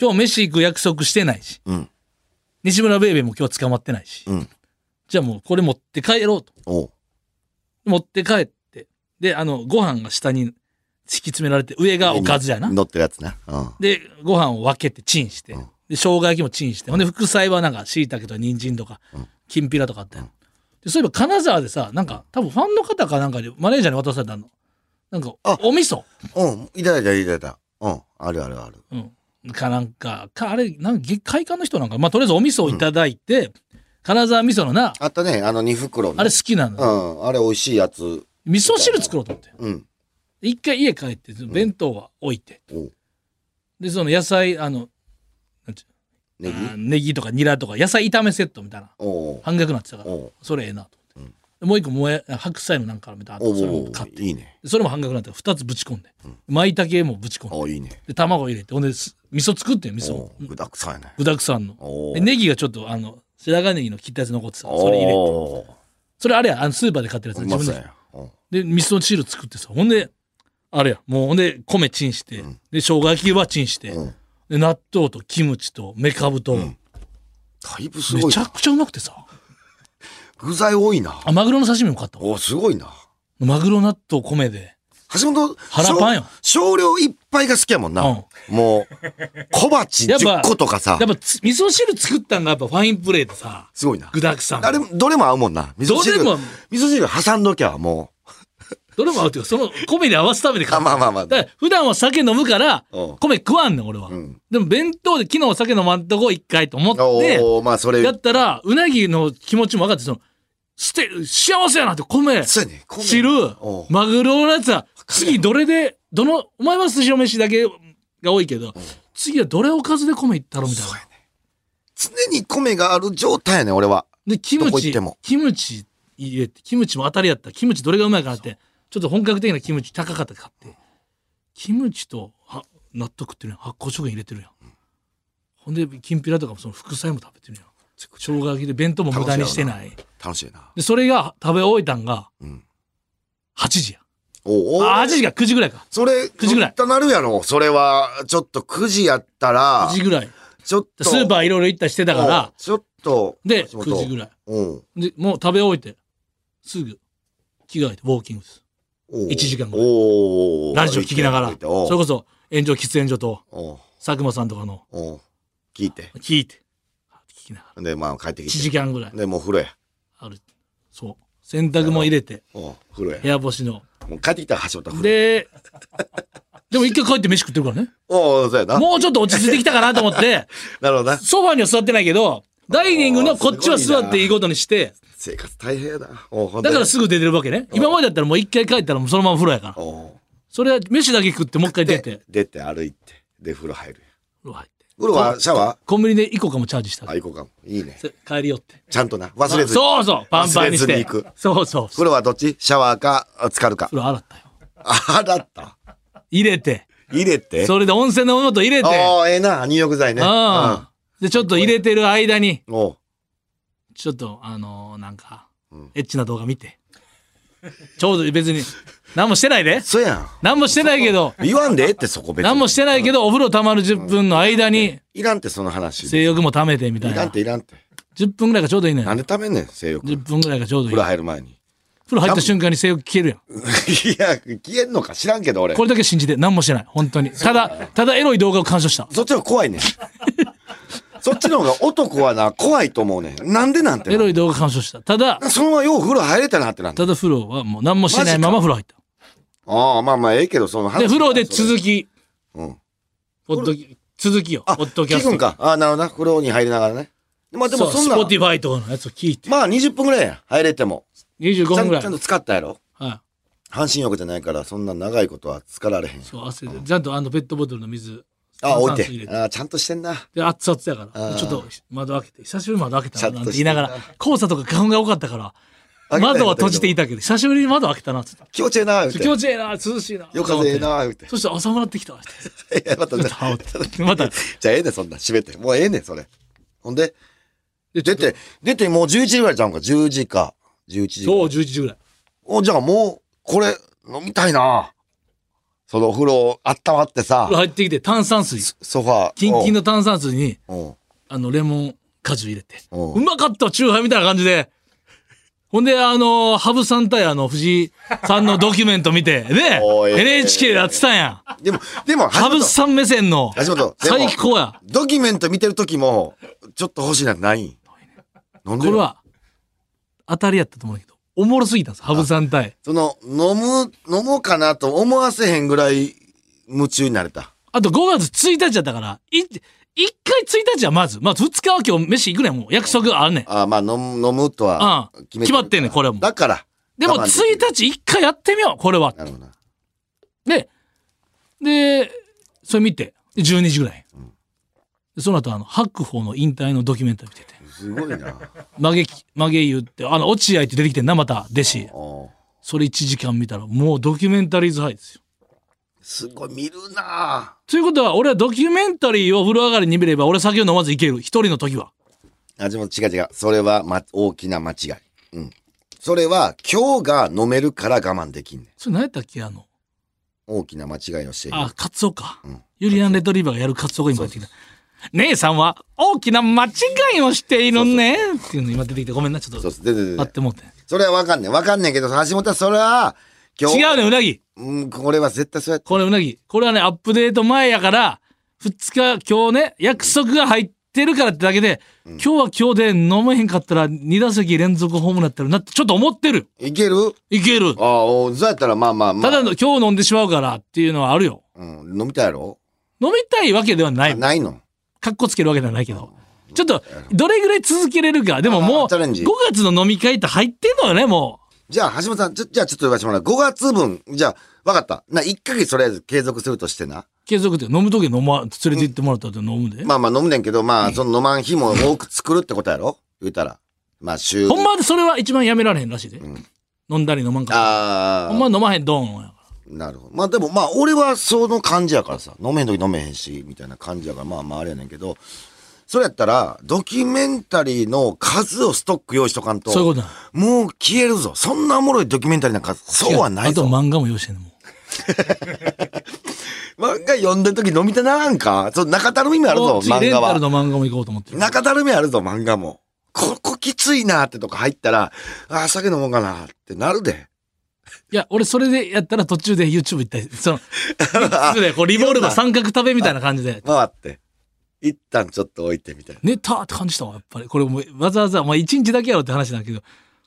S3: 今日飯行く約束してないし、
S4: うん。
S3: 西村ベイベーも今日捕まってないし、
S4: うん。
S3: じゃあもうこれ持って帰ろうと。
S4: おう。
S3: 持って帰って、で、あの、ご飯が下に敷き詰められて、上がおかずやな。
S4: 乗ってるやつな。うん。
S3: で、ご飯を分けてチンして、
S4: うん
S3: で、生姜焼きもチンして、ほんで、副菜はなんか、椎茸とか人参とか、きんぴらとかあったよ、で、そういえば金沢でさ、なんか、多分ファンの方かなんかで、マネージャーに渡されたの。なんか
S4: あ、
S3: お味噌、
S4: うん。いただいた、いただいた。うん。あるあるある。
S3: うん、かなんか、かあれ、なんか、げ会館の人なんか、まあ、とりあえずお味噌をいただいて、金沢味噌のな、
S4: あったね、あの2袋の。
S3: あれ好きなの
S4: う
S3: よ。
S4: ん。あれ美味しいやつ。
S3: 味噌汁作ろうと思って。
S4: うん。
S3: で一回家帰って、弁当は置いて、
S4: おう。
S3: で、その野菜、あの、
S4: ネギ
S3: あーネギとかニラとか、野菜炒めセットみたいな。
S4: おう。
S3: 半額になってたから。
S4: おう。
S3: それええなと思って、もう一個もえ白菜のなんかみたいな
S4: おう
S3: のあったそれ
S4: お
S3: も
S4: う
S3: 買っ。て
S4: いいね。
S3: それも半額になったから2つぶち込んで、舞茸もぶち込んで
S4: おう、いいね。
S3: で卵入れてほんです味噌作ってん味
S4: お
S3: 噌
S4: う。具だくさんやね。
S3: 具だくさんの
S4: おう
S3: でネギがちょっとあの白髪ネギの切ったやつ残ってたからそれ入れて
S4: おう。
S3: それあれやあのスーパーで買ってるや
S4: う
S3: つ自
S4: ま
S3: 分
S4: そう
S3: で
S4: や。うん
S3: で味噌汁作ってさほんであれやもうほんで米チンして、で生姜焼きはチンして、
S4: うん
S3: で納豆とキムチとメカブと、
S4: だいぶすご
S3: め
S4: い
S3: ちゃ
S4: な。
S3: くちゃうまくてさ
S4: 具材多いな。
S3: あマグロの刺身も買ったわ
S4: おう、すごいな。
S3: マグロ納豆米で
S4: 橋本
S3: 腹パンよ
S4: 少少量いっぱいが好きやもんな、
S3: うん
S4: もう小鉢
S3: やっ
S4: 10
S3: ぱ
S4: 個とかさ
S3: やっぱつ味噌汁作ったんがやっぱファインプレーとさ
S4: すごいな
S3: 具だくさん
S4: あれどれも合うもんな味噌汁
S3: どれも
S4: 味噌汁挟んどきゃも
S3: どれも合うっていうかその米に合わすために買
S4: あまあまあまあ
S3: だから普段は酒飲むから
S4: うん
S3: 米食わんねん俺は、
S4: ん
S3: でも弁当で昨日酒飲まんとこ一回と思っ
S4: うお
S3: て
S4: おまあそれ
S3: やったらうなぎの気持ちも分かってその捨て幸せやなって米
S4: そうやね米
S3: 汁
S4: おう
S3: マグロのやつは次どれでどのお前は寿司の飯だけが多いけど次はどれおかずで米いったろみたい
S4: そう
S3: な
S4: やね常に米がある状態やね俺は
S3: で、キム
S4: どこ行っ
S3: チ
S4: ても、
S3: キムチ入れて、キムチも当たりやった。キムチどれがうまいかなって、ちょっと本格的なキムチ高かったから買って。キムチと、は、納豆食ってるやん。発酵食品入れてるやん。ほんで、きんぴらとかもその副菜も食べてるやん。生姜焼きで弁当も無駄にしてない。
S4: 楽しいな
S3: で、それが食べ終えたんが、
S4: うん
S3: 8時や。
S4: おうおう
S3: あ、8時か、9時ぐらいか。
S4: それ
S3: 9時ぐらい
S4: 絶対なるやろそれはちょっと9時やったら
S3: 9時ぐらい。
S4: ちょっと
S3: スーパーいろいろ行ったりしてたか
S4: おう
S3: ら、
S4: ちょっと
S3: で、
S4: 橋本
S3: 9時ぐらい。
S4: うん
S3: で、もう食べ終えて、すぐ、着替えて、ウォーキングです。
S4: 1
S3: 一時間ぐらい
S4: ら
S3: ラジオ聞きながら、それ
S4: おう
S3: こそ炎上喫煙所と
S4: おう
S3: 佐久間さんとかの
S4: おう聞いて。
S3: 聞いて、聞きながら、
S4: で、まあ帰って
S3: 1
S4: き
S3: 時
S4: て。
S3: 間ぐらい
S4: で、もう風呂や。
S3: ある。そう。洗濯も入れて、
S4: おう風呂
S3: 部
S4: や。
S3: 屋干しの。
S4: もう帰ってきたら橋本は風呂。
S3: で、でも一回帰って飯食ってるからね。
S4: おうそうやな。
S3: もうちょっと落ち着いてきたかなと思って、
S4: なるほどな。
S3: ソファには座ってないけど、ダイニングのこっちは座っていいことにして、
S4: 生活大変やな。おうほんで
S3: だからすぐ出てるわけね。今までだったらもう一回帰ったらもうそのまま風呂やから。
S4: おう
S3: それは飯だけ食ってもう一回出て、
S4: で
S3: 風
S4: 出て歩いて。で、風呂入る。
S3: 呂入って。
S4: 風呂はシャワ
S3: コンビニでイコカもチャージした
S4: ー。あ、。行こうかも。いいね。
S3: 帰りよって。
S4: ちゃんとな。忘れずに。
S3: そうそうパンパン
S4: 忘れ
S3: にし
S4: ず
S3: て
S4: に行く。
S3: そうそう
S4: 風呂はどっちシャワーか、あ浸かるか
S3: そ。れ洗ったよ
S4: あだった。
S3: 入れて
S4: 入れて。
S3: それで温泉のもと入れて
S4: おうええな。入浴剤ね。
S3: うんでちょっと入れてる間に
S4: うん。おう
S3: ちょっとあのーなんか
S4: うん
S3: エッチな動画見てちょうど別に何もしてないで
S4: そうやん。
S3: 何もしてないけど
S4: 言わんでええって、そこ別に。
S3: 何もしてないけどお風呂たまる10分の間に
S4: いらんって、その話。
S3: 性欲もためてみた
S4: い
S3: い
S4: らん
S3: な
S4: っていらんって。
S3: 10分ぐらいがちょうどいいの
S4: なん
S3: よ
S4: でためんねん、性欲。
S3: 10分ぐらいがちょうどいい
S4: 風呂入る前に。
S3: 風呂入った瞬間に性欲消えるやん。
S4: いや、消えんのか知らんけど俺。
S3: これだけ信じて、何もしてない。本当に。ただ、ただエロい動画を鑑賞した。
S4: そっちの方が怖い ねん。そっちの方が男はな、怖いと思うねん。なんでなんて
S3: エ
S4: な。
S3: ロい動画鑑賞した。ただ、
S4: そのままよう風呂入れたなってなんだ
S3: ただ風呂はもう何もしないまま風呂入った。
S4: ああ、まあまあええけど、その
S3: で、風呂で
S4: く。
S3: 続き、
S4: うん。
S3: ポッドキ続きよ。ポ
S4: あ、
S3: ッドキャ
S4: 聞
S3: スト。
S4: くんか。ああ、なるほどな。風呂に入りながらね。まあでもそんな
S3: スポ、ティファイとかのやつを聞いて。
S4: まあ20分ぐらいやん。入れても。
S3: 25
S4: ちゃ
S3: 分
S4: ん
S3: ぐらい。
S4: ちゃんと使ったやろ。
S3: はい。
S4: 半身浴じゃないから、そんな長いことは疲られへん。
S3: そう、汗で。ちゃんとあのペットボトルの水。
S4: あ、置
S3: 炭素入
S4: い
S3: れ
S4: て。ああ、ちゃんとしてんな。
S3: で、熱々やか
S4: あ
S3: ら。
S4: ー
S3: ちょっと窓開けて、久しぶりに窓開けたななんて言いながら
S4: シャッと、
S3: 黄砂とか花粉が多かったから、
S4: 開けたよ
S3: 窓は閉じていたけど、久しぶりに窓開けたなって言っ
S4: 気持ちええな、言う
S3: て。
S4: て。
S3: 気持ちええな、涼しいな。
S4: よ風ええな、言うて。
S3: そしたら朝もらってきたわって。
S4: いや、また、じゃあ
S3: 羽織ってまた、
S4: じゃあええねん、そんなん閉めて。もうええねん、それ。ほんで、
S3: で
S4: 出。て、出てもう11時ぐらいちゃうんか、10時か、11時
S3: そう、
S4: か。
S3: 11時ぐらい。
S4: お、じゃあもう、これ、飲みたいな。そのお風呂、温まってさ
S3: これ、入ってきて、炭酸水。
S4: ソファー。
S3: キンキンの炭酸水に、
S4: おう。
S3: あの、レモン果汁入れて。
S4: おう
S3: うまかったわチューハイみたいな感じで。ほんで、あの、羽生さん対あの、藤井さんのドキュメント見て、ね
S4: おい
S3: NHK でやってたんや。
S4: でも、でも、
S3: 羽生さん目線の、
S4: 橋本でも
S3: 最高や。
S4: ドキュメント見てる時も、ちょっと欲しいな、ないん。飲ん
S3: こ
S4: で
S3: れ
S4: る
S3: は、当たりやったと思うんだけど、おもろすぎたんです、羽生さん対。
S4: その、飲む、飲もうかなと思わせへんぐらい、夢中になれた。
S3: あと5月1日やったから、い、1回1日はまず、まず2日は今日飯行くねん、もう約束あるねん。
S4: ああ、まあ、飲む、飲むとは
S3: うん
S4: てる
S3: 決まってんねんこれはもう
S4: だから。
S3: でも
S4: 我慢
S3: 1
S4: きる
S3: 日1回やってみよう、これは。
S4: なるほどな。
S3: で、で、それ見て、で12時ぐらい。でその後、あの、白鵬の引退のドキュメンタリー見てて、
S4: すごいな。
S3: 曲げき、曲げ言って、あの、落合って出てきてんな、また、弟子。
S4: おう
S3: それ1時間見たら、もうドキュメンタリーズハイですよ。
S4: すごい、見るな
S3: ということは、俺はドキュメンタリーを風呂上がりに見れば、俺は酒を飲まずいける。一人の時は。
S4: あ、でも違う違う。それは、ま、大きな間違い。うん。それは、今日が飲めるから我慢できんねん。
S3: それ何やったっけあの、
S4: 大きな間違いをしている。
S3: あ、カツオか
S4: ん。
S3: ユリアン・レトリーバーがやるカツオが今出てきた。姉さんは大きな間違いをしているね。っていうの今出てきて、ごめんな、ちょっ
S4: そう
S3: と。
S4: そう。で、で、で
S3: 待っ
S4: で。
S3: てもうて。
S4: それはわかんねん。わかんねんけど、橋本はそれは、今日。
S3: 違うね、うなぎ。
S4: うん、これは絶対そうやって。
S3: これうなぎ。これはね、アップデート前やから、2日、今日ね、約束が入ってるからってだけで、今日は今日で飲めへんかったら、2打席連続ホームランやったらなって、ちょっと思ってる。
S4: いける
S3: いける。
S4: ああ、おそうやったら、まあまあま
S3: た
S4: あ。
S3: だの、今日飲んでしまうからっていうのはあるよ。
S4: うん、飲みたいやろ
S3: 飲みたいわけではない。
S4: ないの。
S3: かっこつけるわけではないけど。ちょっと、どれぐらい続けれるか。でも
S4: あ
S3: も
S4: ー
S3: う、
S4: チャレンジ
S3: 5月の飲み会って入ってんのよね、も
S4: じゃあ、橋本さん、ちょ、じゃあちょっと言わせてもらう。5月分、じゃあ、わかった。な、1ヶ月とりあえず継続するとしてな。
S3: う。継続で飲む時は飲ま、連れて行ってもらったって飲むで。
S4: まあまあ飲むねんけど、まあ、その飲まん日も多く作るってことやろ言うたら。まあ、週。
S3: ほんまはそれは一番やめられへんらしいで。飲んだり飲まんか
S4: あ
S3: ら。
S4: あ。
S3: ほんまは飲まへん、ドーンやから。
S4: なるほど。まあでもまあ俺はその感じやからさ、飲めへん時飲めへんし、みたいな感じやから、まあまああれやねんけど、それやったら、ドキュメンタリーの数をストック用意しとかんと、
S3: そういうことなの
S4: もう消えるぞ。そんなおもろいドキュメンタリーなんか、そうはない
S3: あ
S4: ぞ
S3: と。漫画も用意してんのも
S4: 漫画読んでる時飲みたならんか。そう、中たるみもあ
S3: う。
S4: るぞ、
S3: 次レ
S4: 漫
S3: ン
S4: 画
S3: タル
S4: は。
S3: の漫画も行こうと思ってる。
S4: 中たるみあるぞ、漫画も。ここきついなってとこ入ったら、ああ、酒飲もうかなってなるで。
S3: いや、俺それでやったら途中で YouTube 行ったり、その、3つ でこうリボルバー三角食べみたいな感じで。
S4: 回って。一旦ちょっと置いてみたいな。
S3: 寝たって感じたわ、やっぱり。これもうわざわざ、まあ一日だけやろって話なんだけど。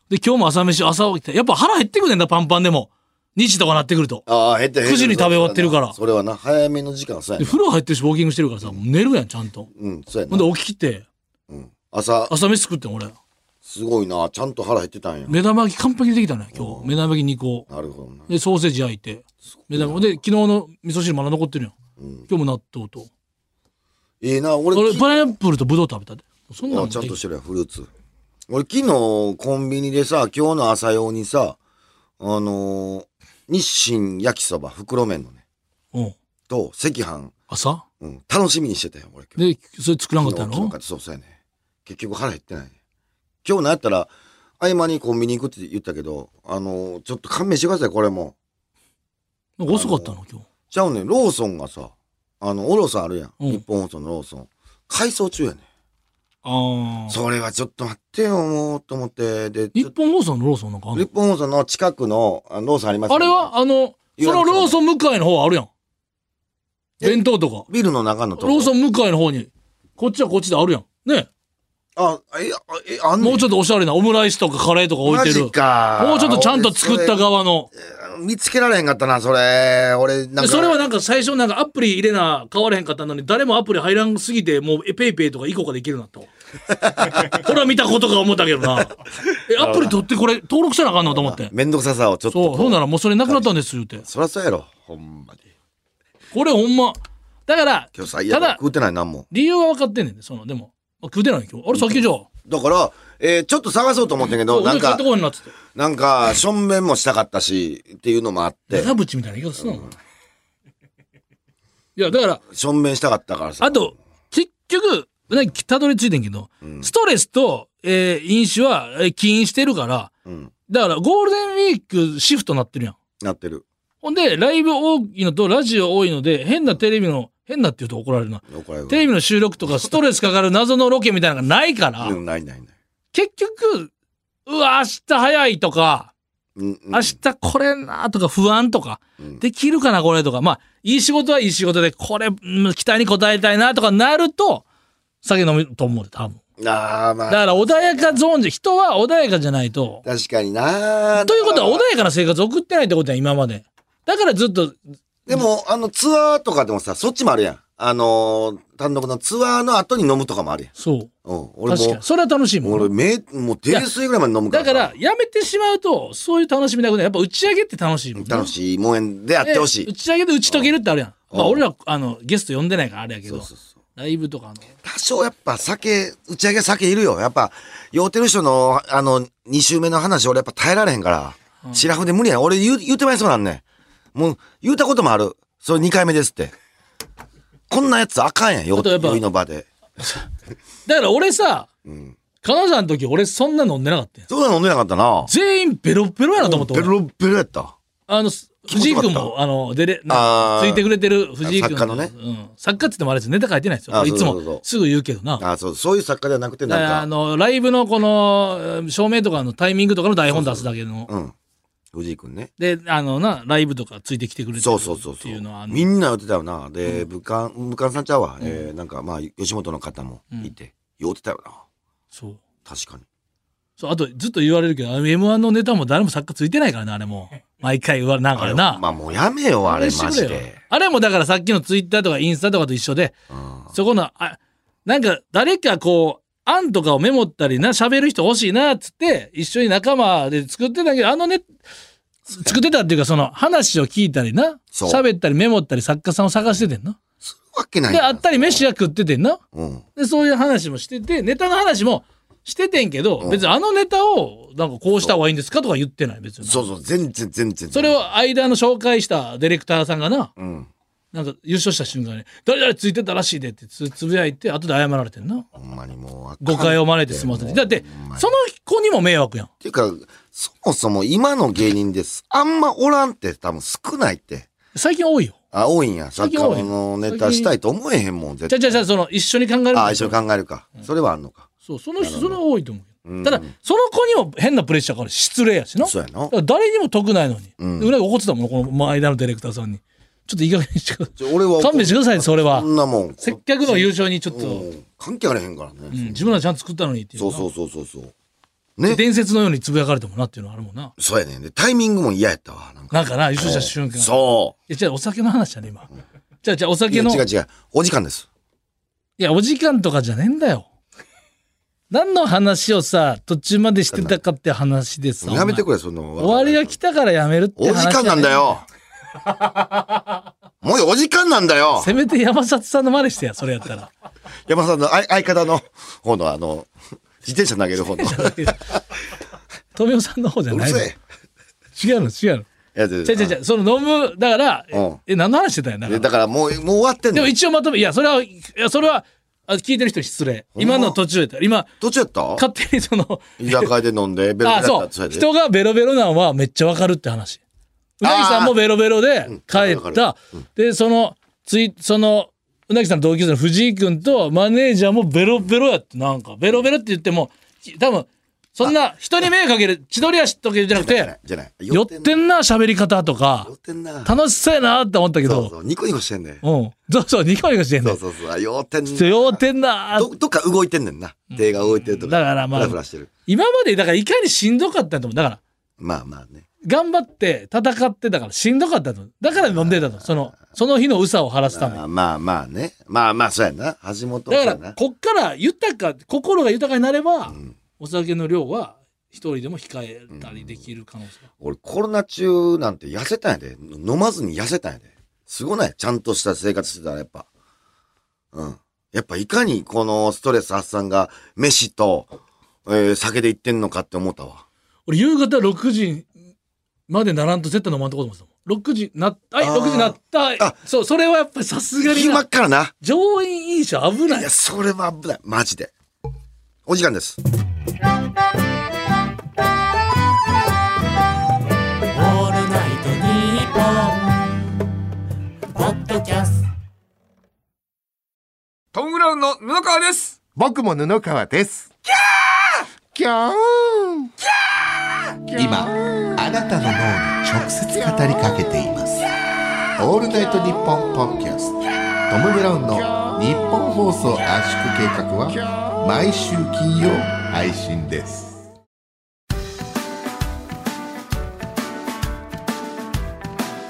S3: で、今日も朝飯、朝起きて、やっぱ腹減ってくねんだ、パンパンでも。2時とかなってくると。
S4: ああ、減って減
S3: 9時に食べ終わってるから
S4: それはな、早めの時間はそうや
S3: で
S4: な。
S3: 風呂入ってるし、ウォーキングしてるからさ、もう寝るやん、ちゃんと。
S4: うん、そうや
S3: ほん
S4: な。
S3: で起きて、
S4: うん、朝、
S3: 朝飯作ってん俺。
S4: すごいな。ちゃんと腹減ってたんや。
S3: 目玉焼き完璧にできたね、今日。目玉焼き2個。
S4: なるほどな。
S3: で、ソーセージ焼いて。目玉で、昨日の味噌汁まだ残ってるやん。
S4: うん、
S3: 今日も納豆と。
S4: ええな、俺、
S3: 俺
S4: き
S3: パイナップルとブドウ食べたでそんな
S4: あ
S3: の
S4: ちゃんとしてるやん、フルーツ。俺、昨日、コンビニでさ、今日の朝用にさ、あのー日清焼きそば、袋麺のね、
S3: うん
S4: と、赤飯、
S3: 朝
S4: うん、楽しみにしてたよ、俺今日。
S3: でそれ作らんかった
S4: 昨日
S3: の
S4: 昨日そうそうやね。結局腹減ってないね。今日なんやったら、合間にコンビニ行くって言ったけど、あのーちょっと勘弁してください、これも。
S3: なんか遅かったの今日
S4: ちゃうねんローソンがさあのおろさんあるやん、
S3: うん
S4: 日本放送のローソン改装中やねん
S3: ああ。
S4: それはちょっと待ってよ、もう、と思って。で、ち
S3: 日
S4: ょっ
S3: 本放送のローソンなんかあ
S4: と
S3: んの
S4: 日本放送の近くのあローソンあります
S3: あれは、あの、そのローソン向かいの方あるやん。
S4: え
S3: 弁当とか。
S4: ビルの中のとこ
S3: ローソ
S4: ン。
S3: ン向かいの方に、こっちはこっちであるやん。ね。
S4: あ、え、あえ、あんねん
S3: もうちょっとおしゃれなオムライスとかカレーとか置いてる。
S4: マジか。
S3: もうちょっとちゃんと作った側の。
S4: 俺。それ見つけられへんかったな、それ。俺、なん
S3: で
S4: か。
S3: それはなんか最初なんかアプリ入れな変われへんかったのに誰もアプリ入らんすぎてもうえペイペイとかイコカでいけるようにな ったわこれは見たことか思ったけどなえアプリ取ってこれ登録せなあかんのと思って
S4: めんどくささをちょっとこ
S3: そうそうならもうそれなくなったんですよって
S4: そりゃそうやろほんまに
S3: これほんまだから
S4: 今日最
S3: た
S4: 悪
S3: だ
S4: 食うてないなんも
S3: 理由は分かってんねんねそのでもあ食うてない今日あれ先じゃあ
S4: だから、えーちょっと探そうと思ってんけど
S3: 俺
S4: なん
S3: 帰っ
S4: か
S3: てこいなっつって
S4: なんかしょんべんもしたかったしっていうのもあって
S3: 長渕みたいな言い方すなお前いやだから
S4: しょんべんしたかったからさ
S3: あと、結局、なんかたどり着いてんけど、ストレスと、えー飲酒は、えー起因してるから、
S4: うん
S3: だからゴールデンウィークシフトなってるやん。
S4: なってる
S3: ほんで、ライブ多いのとラジオ多いので、変なテレビの、変なって言うと怒られるな。
S4: 怒られる
S3: テレビの収録とかストレスかかる謎のロケみたいなのがないから、
S4: うんないないない
S3: 結局、うわ、明日早いとか、
S4: うんうん
S3: 明日これなとか不安とか、
S4: うん
S3: できるかなこれとか、まあ、いい仕事はいい仕事で、これ、うん期待に応えたいなとかなると、酒飲むと思うで、多分。
S4: あーま
S3: だ
S4: あ
S3: から穏やかゾーンで、人は穏やかじゃないと。
S4: 確かにな
S3: ということは、穏やかな生活を送ってないってことや、今まで。だからずっと、
S4: でもあのツアーとかでもさそっちもあるやんあのー単独のツアーの後に飲むとかもあるやん
S3: そう。
S4: うん俺
S3: 確か
S4: も
S3: に。それは楽しいうもん
S4: 俺
S3: な。
S4: めもう泥酔ぐらいまで飲むから
S3: だ
S4: さ
S3: から、やめてしまうと、そういう楽しみなくなる。やっぱ打ち上げって楽しいもんな
S4: 楽しいもんでやってほし
S3: で打
S4: い
S3: ち上げで打ち解けるってあるやん。まあ、
S4: うん
S3: 俺ら、あの、ゲスト呼んでないからあれやけ
S4: そう
S3: ど、
S4: そうそう
S3: ライブとかの。
S4: 多少やっぱ酒、打ち上げ酒いるよ。やっぱ、酔うてる人の、あの、2週目の話俺やっぱ耐えられへんから。シラフで無理やん。俺言う、言うてまいそうなんねん。もう、言うたこともある。それ2回目ですって。こんなやつあかんやん、酔
S3: あ
S4: う
S3: とやっぱ
S4: 酔いの場で。
S3: だから俺さ、
S4: うん。
S3: 彼女の時俺そんな飲んでなかったよ
S4: そうなの飲んでなかったな。
S3: 全員ベロッベロやなと思って
S4: ベ
S3: 俺
S4: ロベロやった。
S3: あの
S4: 持
S3: 藤
S4: ち
S3: 井
S4: よかった
S3: 君もあの出れな
S4: あー
S3: ついてくれてる藤井
S4: 作
S3: 君
S4: 家のね
S3: うん、作家って言ってもあれですよネタ書いてないですよ
S4: あ
S3: これいつ
S4: そうそうそ
S3: も
S4: う
S3: すぐ言うけどな
S4: あそう、そういう作家じゃなくて、
S3: だから
S4: な
S3: あ
S4: んか、
S3: のライブのこのえー照明とかのタイミングとかの台本出すだけの
S4: うん。藤井くんね。
S3: であのなライブとかついてきてくれてる
S4: そうそうそう
S3: っ
S4: そ
S3: ていううのはあの
S4: みんな言ってたよなで、武漢武漢さんちゃうわ、えーなんかまあ吉本の方もいて、酔ってたよな
S3: そう
S4: 確かに
S3: そうあとずっと言われるけど m 1のネタも誰も作家ついてないからなあれも毎回言われなんか
S4: あれ
S3: ら
S4: な
S3: な
S4: まあもうやめよあれ
S3: して
S4: マ
S3: く
S4: ジ
S3: れよ
S4: で、
S3: あれもだからさっきのツイッターとかインスタとかと一緒で
S4: うん
S3: そこのあなんか誰かこう案とかをメモったりな喋る人欲しいなっつって一緒に仲間で作ってたけどあのね作ってたっていうかその話を聞いたりな
S4: そう
S3: 喋ったりメモったり作家さんを探しててんな
S4: するわけない
S3: で
S4: やん
S3: 会ったり飯は食っててんな
S4: うん
S3: でそういう話もしててネタの話もしててんけど
S4: うん
S3: 別にあのネタをなんかこうした方がいいんですかとか言ってない別に
S4: そうそう全然全然
S3: それを間の紹介したディレクターさんがな
S4: うん
S3: なんか優勝した瞬間に「誰々ついてたらしいで」ってつつぶやいて後で謝られてんな
S4: ほんまにもうあかん
S3: 誤解を招いてすみません。だって
S4: ほんま、に
S3: その子にも迷惑やん。
S4: っていうかそもそも今の芸人ですあんまおらんって多分少ないって
S3: 最近多いよ。
S4: あ多いんや作
S3: 近
S4: 家
S3: 多い
S4: のネタしたいと思えへんもん絶
S3: じゃ
S4: 対
S3: あじゃあじゃあその、一緒に考える
S4: あ一緒に考えるか、それはあんのか
S3: そう、その人、それは多いと思う
S4: う
S3: よ。
S4: ん
S3: ただ、その子にも変なプレッシャーから失礼やしな。
S4: そうやな
S3: だから誰にも得ないのに。
S4: うん
S3: うなぎ怒ってたもん、この前間のディレクターさんに。ちょっといい加減にしてくだ
S4: ちょ俺は
S3: さい。勘弁してください、それは
S4: そ。んなもん
S3: 接客の優勝にちょっと、
S4: う
S3: うん
S4: ん関係あれへんからね、
S3: 自分らちゃんと作ったのにってい
S4: そ
S3: うな。
S4: うそうそうそうそう
S3: で
S4: ね
S3: 伝説のようにつぶやかれてもなっていうのはあるもんな。
S4: そうやねんでタイミングも嫌やったわなんか
S3: なんかな、優勝した瞬間。う。
S4: そ
S3: いや、じゃあお酒の話だね、今。じゃあ、じゃあお
S4: ういや
S3: 酒の。
S4: 違う違うお時間です
S3: いや、お時間とかじゃねえん だよ。何の話をさ、途中までしてたかって話でさ。
S4: やめて
S3: れ。
S4: くれその
S3: 終わりが来たからやめるって
S4: お
S3: 話、
S4: 時間なんだ。 よもうお時間なんだよ
S3: せめて山里さんの真似してや、それ やったら。
S4: 山田さんの相相方の方のあの自転車投げる 方のう
S3: 富美さんの方じゃ
S4: る
S3: ないの。
S4: せ
S3: 違
S4: え
S3: うの、違うの。
S4: いや違う
S3: 違う違う違う、その飲む、だから、
S4: うん
S3: え、何の話してたんやだか
S4: で
S3: ら
S4: だからもうもう終わってん
S3: で
S4: の
S3: も一応まとめ、いや、それは、いや、それは、あ聞いてる人に失礼。
S4: んま
S3: 今の途中やった。今、
S4: どっちやった
S3: 勝手にその、
S4: 居酒屋で飲んでベロベロ
S3: あ、
S4: や
S3: そ。
S4: ったそううやで
S3: 人がベロベロなんはめっちゃわかるって話。うなぎさんもベロベロで帰
S4: わか
S3: っ
S4: るわ
S3: た。で、その、つい、その、うなぎさん同級生の藤井君とマネージャーもベロベロやってなんかベロベロって言っても多分そんな人に迷惑かける千鳥足とけじゃなく
S4: じゃな
S3: て
S4: いじゃない
S3: 寄ってんな喋り方とか
S4: 寄ってんな
S3: 楽しそうやなって思ったけ
S4: そう
S3: ど
S4: そうニコニコしてんねん
S3: うんそうそうニコニコしてん
S4: そ
S3: の
S4: うそうそうあ寄ってんな
S3: 寄ってんな
S4: どどっか動いてんねんな手が動いてるとか
S3: だからまあ
S4: フラフラしてる
S3: 今までだからいかにしんどかったと思うだから
S4: まあまあね
S3: 頑張って戦ってだからしんどかったとだから飲んでたとそのその日のうさを晴らすため
S4: ま
S3: に
S4: あまあまあねまあまあそうやな橋本そう
S3: だ
S4: や
S3: から
S4: な
S3: こっから豊か心が豊かになれば、
S4: ん
S3: お酒の量は一人でも控えたりできる可能性が、
S4: 俺コロナ中なんて痩せたんやで飲まずに痩せたんやですごないちゃんとした生活してたらやっぱうんやっぱいかにこのストレス発散が飯と、えー酒でいってんのかって思ったわ
S3: 俺夕方6時までならんと絶対飲まんとこと思ってたもん6時なったはい
S4: あー
S3: 6時なったはい
S4: あ
S3: そうそれはやっぱりさすがに
S4: 今
S3: な
S4: からな
S3: 上院飲酒危ないい
S4: やそれは危ないマジでお時間です
S2: オールナイトニッポン」ポッドキャスト
S5: トム・ブラウンの布川です
S6: 僕も布川です。キャー
S7: 今あなたの脳に直接語りかけています「オールナイトニッポン」ポッドキャストトム・ブラウンの日本放送圧縮計画は毎週金曜配信です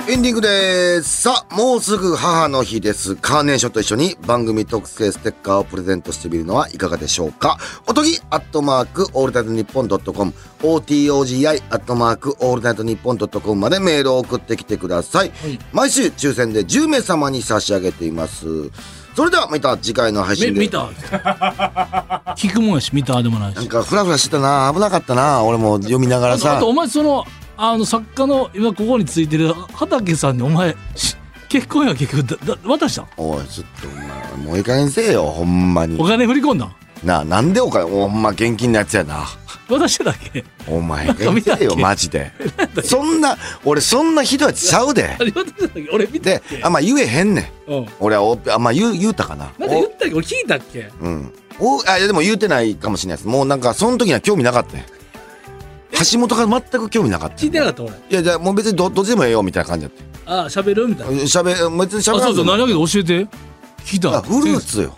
S4: エンディングです。さあ、もうすぐ母の日です。カーネーションと一緒に番組特製ステッカーをプレゼントしてみるのはいかがでしょうか。おとぎ、アットマーク、オールナイトニッポンドットコム、OTOGI、アットマーク、オールナイトニッポンドットコムまでメールを送ってきてください。毎週抽選で10名様に差し上げています。それではまた次回の配
S3: め
S4: 信で。
S3: 見た聞くもんやし見たでもない
S4: なん
S3: し
S4: かフラフラしてたな危なかったな俺も読みながら
S3: あと
S4: さ
S3: あとお前そのあの作家の今ここについてる畑さんにお前し結婚や結局だだ渡したん
S4: おいちょっとお前もういい加減せえよほんまに
S3: お金振り込んだん
S4: なあなんでお金おほんま現金のやつやな
S3: 渡してたっけ
S4: お前
S3: なんか見たっけ
S4: えよマジでそんな俺そんなひどいやつちゃうで
S3: あれ渡してたっけ俺見たっ
S4: で
S3: け
S4: あんま言えへんねん
S3: うん
S4: 俺はおあんま言う言うたかな
S3: なんか言ったっけ俺聞いたっけ
S4: おうんおあいやでも言うてないかもしれないですもうなんかその時には興味なかったよ橋本が全く興味なかった
S3: 聞い
S4: い
S3: てなかった俺
S4: やじゃあもう別にどどっちでもええよみたいな感じだっ
S3: ああ喋るみたいな
S4: たしゃべ別にしゃ
S3: あ
S4: べら
S3: そ
S4: んで
S3: うそ
S4: も
S3: う何だけど教えて聞いた
S4: あフルーツ よ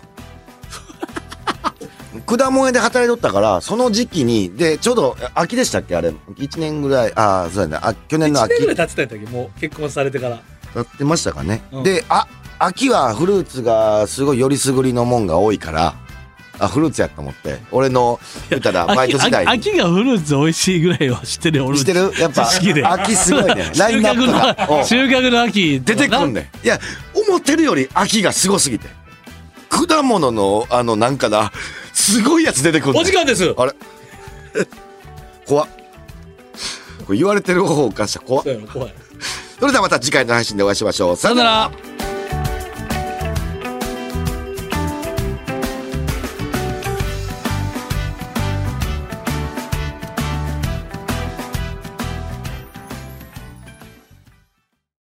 S4: 果物屋で働いとったからその時期にでちょうど秋でしたっけあれ1年ぐらいああそうやねあ去年の
S3: 1
S4: 秋
S3: 年ぐらい経ってたんやったっけもう結婚されてから
S4: やってましたかね、
S3: うん
S4: であ秋はフルーツがすごいよりすぐりのもんが多いからあフルーツやと思って俺の言ったらバイト時代
S3: 秋
S4: に
S3: 秋秋がフルーツ美味しいぐらいは知ってるよ俺も
S4: してるやっぱ
S3: 知識で
S4: 秋すごいね
S3: 収
S4: ラインナップが
S3: 穫
S4: う
S3: の
S4: ん
S3: 収穫の秋
S4: 出てくん
S3: ね
S4: ねんいや思ってるより秋がすごすぎて果物のあのなんかなすごいやつ出てくんねん
S3: お時間です
S4: あれ怖っこれ言われてる方からしたら怖っ
S3: そうやろ怖い
S4: それではまた次回の配信でお会いしましょうさ
S3: さ
S4: よ
S3: よ
S4: な
S3: な
S4: ら
S3: ら